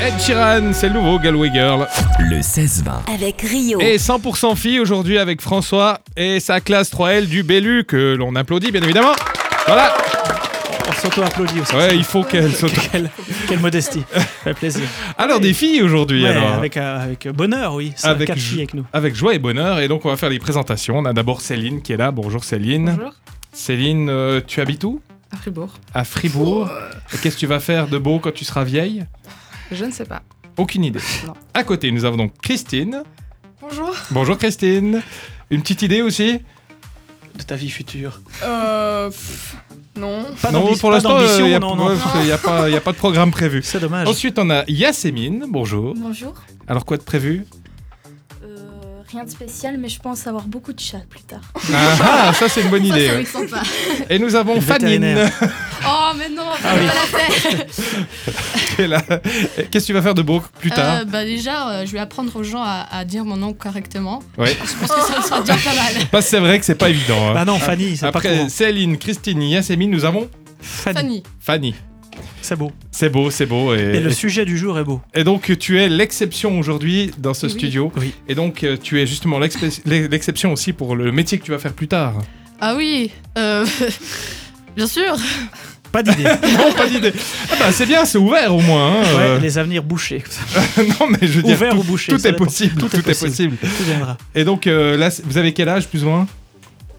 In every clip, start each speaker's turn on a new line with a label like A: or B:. A: Ed Sheeran, c'est le nouveau Galway Girl.
B: le 16-20.
C: avec Rio.
A: Et 100% filles aujourd'hui avec François et sa classe 3L du Bellu que l'on applaudit bien évidemment. Voilà,
D: On s'auto-applaudit aussi.
A: ouais, il faut qu'elle saute.
D: Quelle, quelle modestie. Ça fait plaisir.
A: Alors des filles aujourd'hui
D: Ouais,
A: alors.
D: avec, euh, avec bonheur, oui. Ça
A: Avec
D: avec quatre
A: jo-
D: filles avec nous.
A: Avec joie et bonheur et donc on va faire les présentations. On a d'abord Céline qui est là. Bonjour Céline.
E: Bonjour,
A: Céline, euh, tu habites où
E: à Fribourg.
A: À Fribourg. Et Qu'est-ce que tu vas faire de beau quand tu seras vieille
E: Je ne sais pas.
A: Aucune idée.
E: Non.
A: À côté, nous avons donc Christine.
E: Bonjour.
A: Bonjour Christine. Une petite idée aussi
D: De ta vie future.
E: Euh. pff, non.
D: Pas
A: Non,
D: d'ambi-
A: pour
D: pas
A: l'instant,
D: d'ambition,
A: il n'y a,
D: non, Ah, non.
A: ouais, parce qu'il y a pas- il y a pas de programme prévu.
D: C'est dommage.
A: Ensuite, on a Yassémine, bonjour.
F: Bonjour.
A: Alors, quoi de prévu
F: Euh, rien de spécial, mais je pense avoir beaucoup de chats plus tard.
A: Ah, ah, ça c'est une bonne idée.
F: ça
D: euh,
A: ouais.
F: me sent pas.
A: Et nous avons
D: Le
A: Fanine
D: vétérinaire.
F: Oh, mais non,
D: Ah
F: c'est pas
D: oui.
F: la faire.
A: qui est là. Qu'est-ce que tu vas faire de beau plus tard
G: Euh, bah déjà, euh, je vais apprendre aux gens à, à dire mon nom correctement.
A: Ouais.
G: Je pense que ça sera déjà pas mal.
A: Parce que c'est vrai que c'est pas évident. hein.
D: Bah non, Fanny, c'est pas
A: Après
D: courant.
A: Céline, Christine, Yassémine, nous avons
D: Fanny,
A: Fanny.
G: Fanny.
D: c'est beau.
A: C'est beau, c'est beau. Et,
D: Et le sujet du jour est beau.
A: et donc, tu es l'exception aujourd'hui dans ce
G: Oui.
A: studio.
D: Oui.
A: Et donc, euh, tu es justement l'expé- l'e- l'exception aussi pour le métier que tu vas faire plus tard.
G: Ah oui, euh, bien sûr.
D: Pas d'idée.
A: Bon, pas d'idée. Ah bah, c'est bien, c'est ouvert au moins. hein,
D: Ouais,
A: euh.
D: Les avenirs bouchés.
A: non, mais je veux dire,
D: Ouvert
A: tout-
D: ou bouché.
A: tout
D: ça
A: est
D: dépend.
A: possible. Tout est possible.
D: Tout viendra.
A: Et donc euh, là, c- vous avez quel âge plus ou moins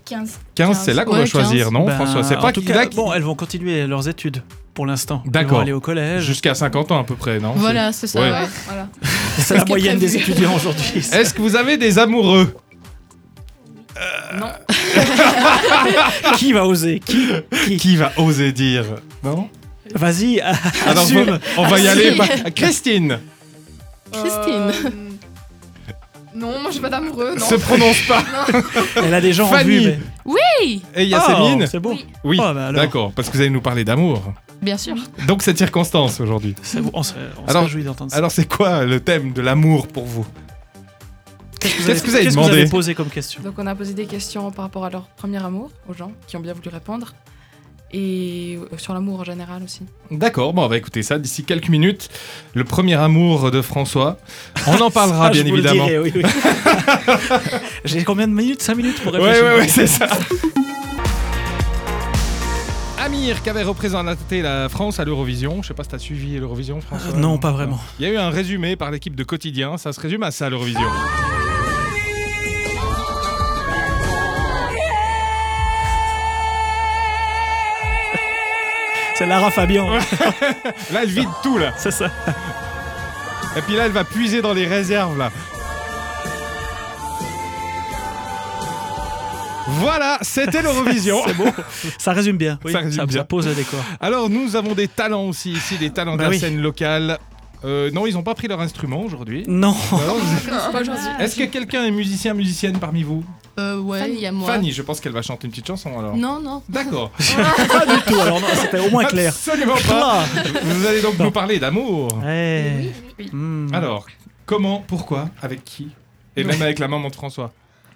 F: 15.
A: 15, c'est là qu'on
G: Ouais,
A: doit choisir,
G: 15.
A: non
D: Ben,
A: François C'est
D: en
A: pas
D: tout
A: qui-
D: cas,
A: là qui-
D: Bon, elles vont continuer leurs études pour l'instant. Elles
A: D'accord.
D: vont aller au collège.
A: Jusqu'à 50 ans à peu près, non
G: Voilà, c'est ça.
A: Ouais.
G: ouais.
F: Voilà.
D: C'est la
G: qui est
D: moyenne des
G: prévu.
D: étudiants aujourd'hui.
A: C'est- Est-ce que vous avez des amoureux
E: Non.
D: Qui va oser Qui
A: Qui va oser dire Non
D: Vas-y,
A: Alors,
D: assume.
A: on va y
G: Ah,
A: aller.
G: si.
A: par- Christine
G: Christine.
E: Euh, non, moi j'ai pas d'amoureux, non.
A: se prononce pas.
D: Elle a des gens en
A: Fanny.
D: vue. Mais...
A: Et
D: Oh,
A: Yassémine
D: c'est beau.
F: Oui.
A: Oui,
D: Oh, bah alors.
A: d'accord, parce que vous allez nous parler d'amour.
G: Bien sûr.
A: Donc cette circonstance aujourd'hui.
D: C'est beau. On se, on se
A: Alors-
D: réjouit d'entendre ça.
A: Alors c'est quoi le thème de l'amour pour vous Qu'est-ce que vous avez
D: Qu'est-ce que vous
A: demandé
D: avez posé comme question
E: Donc on a posé des questions par rapport à leur premier amour aux gens qui ont bien voulu répondre. Et euh, sur l'amour en général aussi.
A: D'accord, bon, on va écouter ça d'ici quelques minutes. Le premier amour de François. On en parlera
D: Ah, je
A: bien
D: vous le
A: évidemment.
D: dirai, oui, oui. J'ai combien de minutes 5 minutes pour
A: Ouais, ouais,
D: réfléchir.
A: ouais, c'est ça. Amir qui avait représenté la France à l'Eurovision. Je sais pas si t'as suivi l'Eurovision, François.
D: Euh, non, pas vraiment.
A: Il y a eu un résumé par l'équipe de Quotidien. Ça se résume à ça, l'Eurovision.
D: C'est Lara Fabian.
A: Là, elle vide tout, là.
D: C'est ça.
A: Et puis là, elle va puiser dans les réserves, là. Voilà, c'était l'Eurovision.
D: C'est beau. Ça résume bien. Oui,
A: Ça
D: ça,
A: résume
D: ça
A: bien.
D: pose le décor.
A: Alors nous avons des talents aussi ici, des talents de
D: Bah
A: la
D: oui.
A: scène locale. Euh, non, ils n'ont pas pris leur instrument aujourd'hui.
D: Non.
A: Alors, vous-
E: Pas aujourd'hui.
A: Est-ce que quelqu'un est musicien, musicienne parmi vous
G: Euh, ouais, il y a moi.
A: Fanny, je pense qu'elle va chanter une petite chanson alors.
G: Non, non.
A: D'accord.
D: pas du tout. Alors, non, c'était au moins clair.
A: Absolument pas.
D: Ah.
A: Vous allez donc
D: Non. Euh,
A: nous parler d'amour.
D: Ouais.
F: oui.
D: Hmm.
A: Alors, comment, pourquoi, avec qui et même avec la maman de François.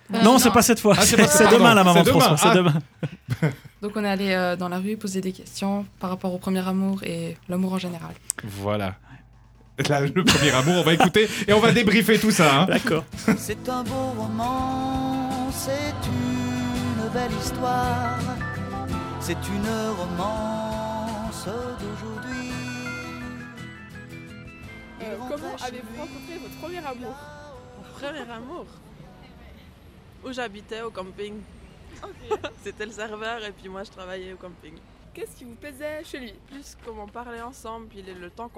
D: Non, c'est pas cette fois.
A: Ah, c'est pas
D: c'est
A: cette
D: c'est
A: fois,
D: demain
A: pardon.
D: la maman
A: C'est
D: de François.
A: demain. Ah.
D: C'est demain.
E: Donc on est allé euh, dans la rue poser des questions par rapport au premier amour et l'amour en général.
A: Voilà. Là, le premier amour, on va écouter et on va débriefer tout ça. hein.
D: D'accord.
H: C'est un beau roman, c'est une belle histoire, c'est une romance d'aujourd'hui.
I: Euh, comment avez-vous rencontré votre premier amour Mon premier amour Où j'habitais au camping. C'était le serveur et puis moi je travaillais au camping. Qu'est-ce qui vous plaisait chez lui Plus comment parler ensemble, puis le- le temps qu'on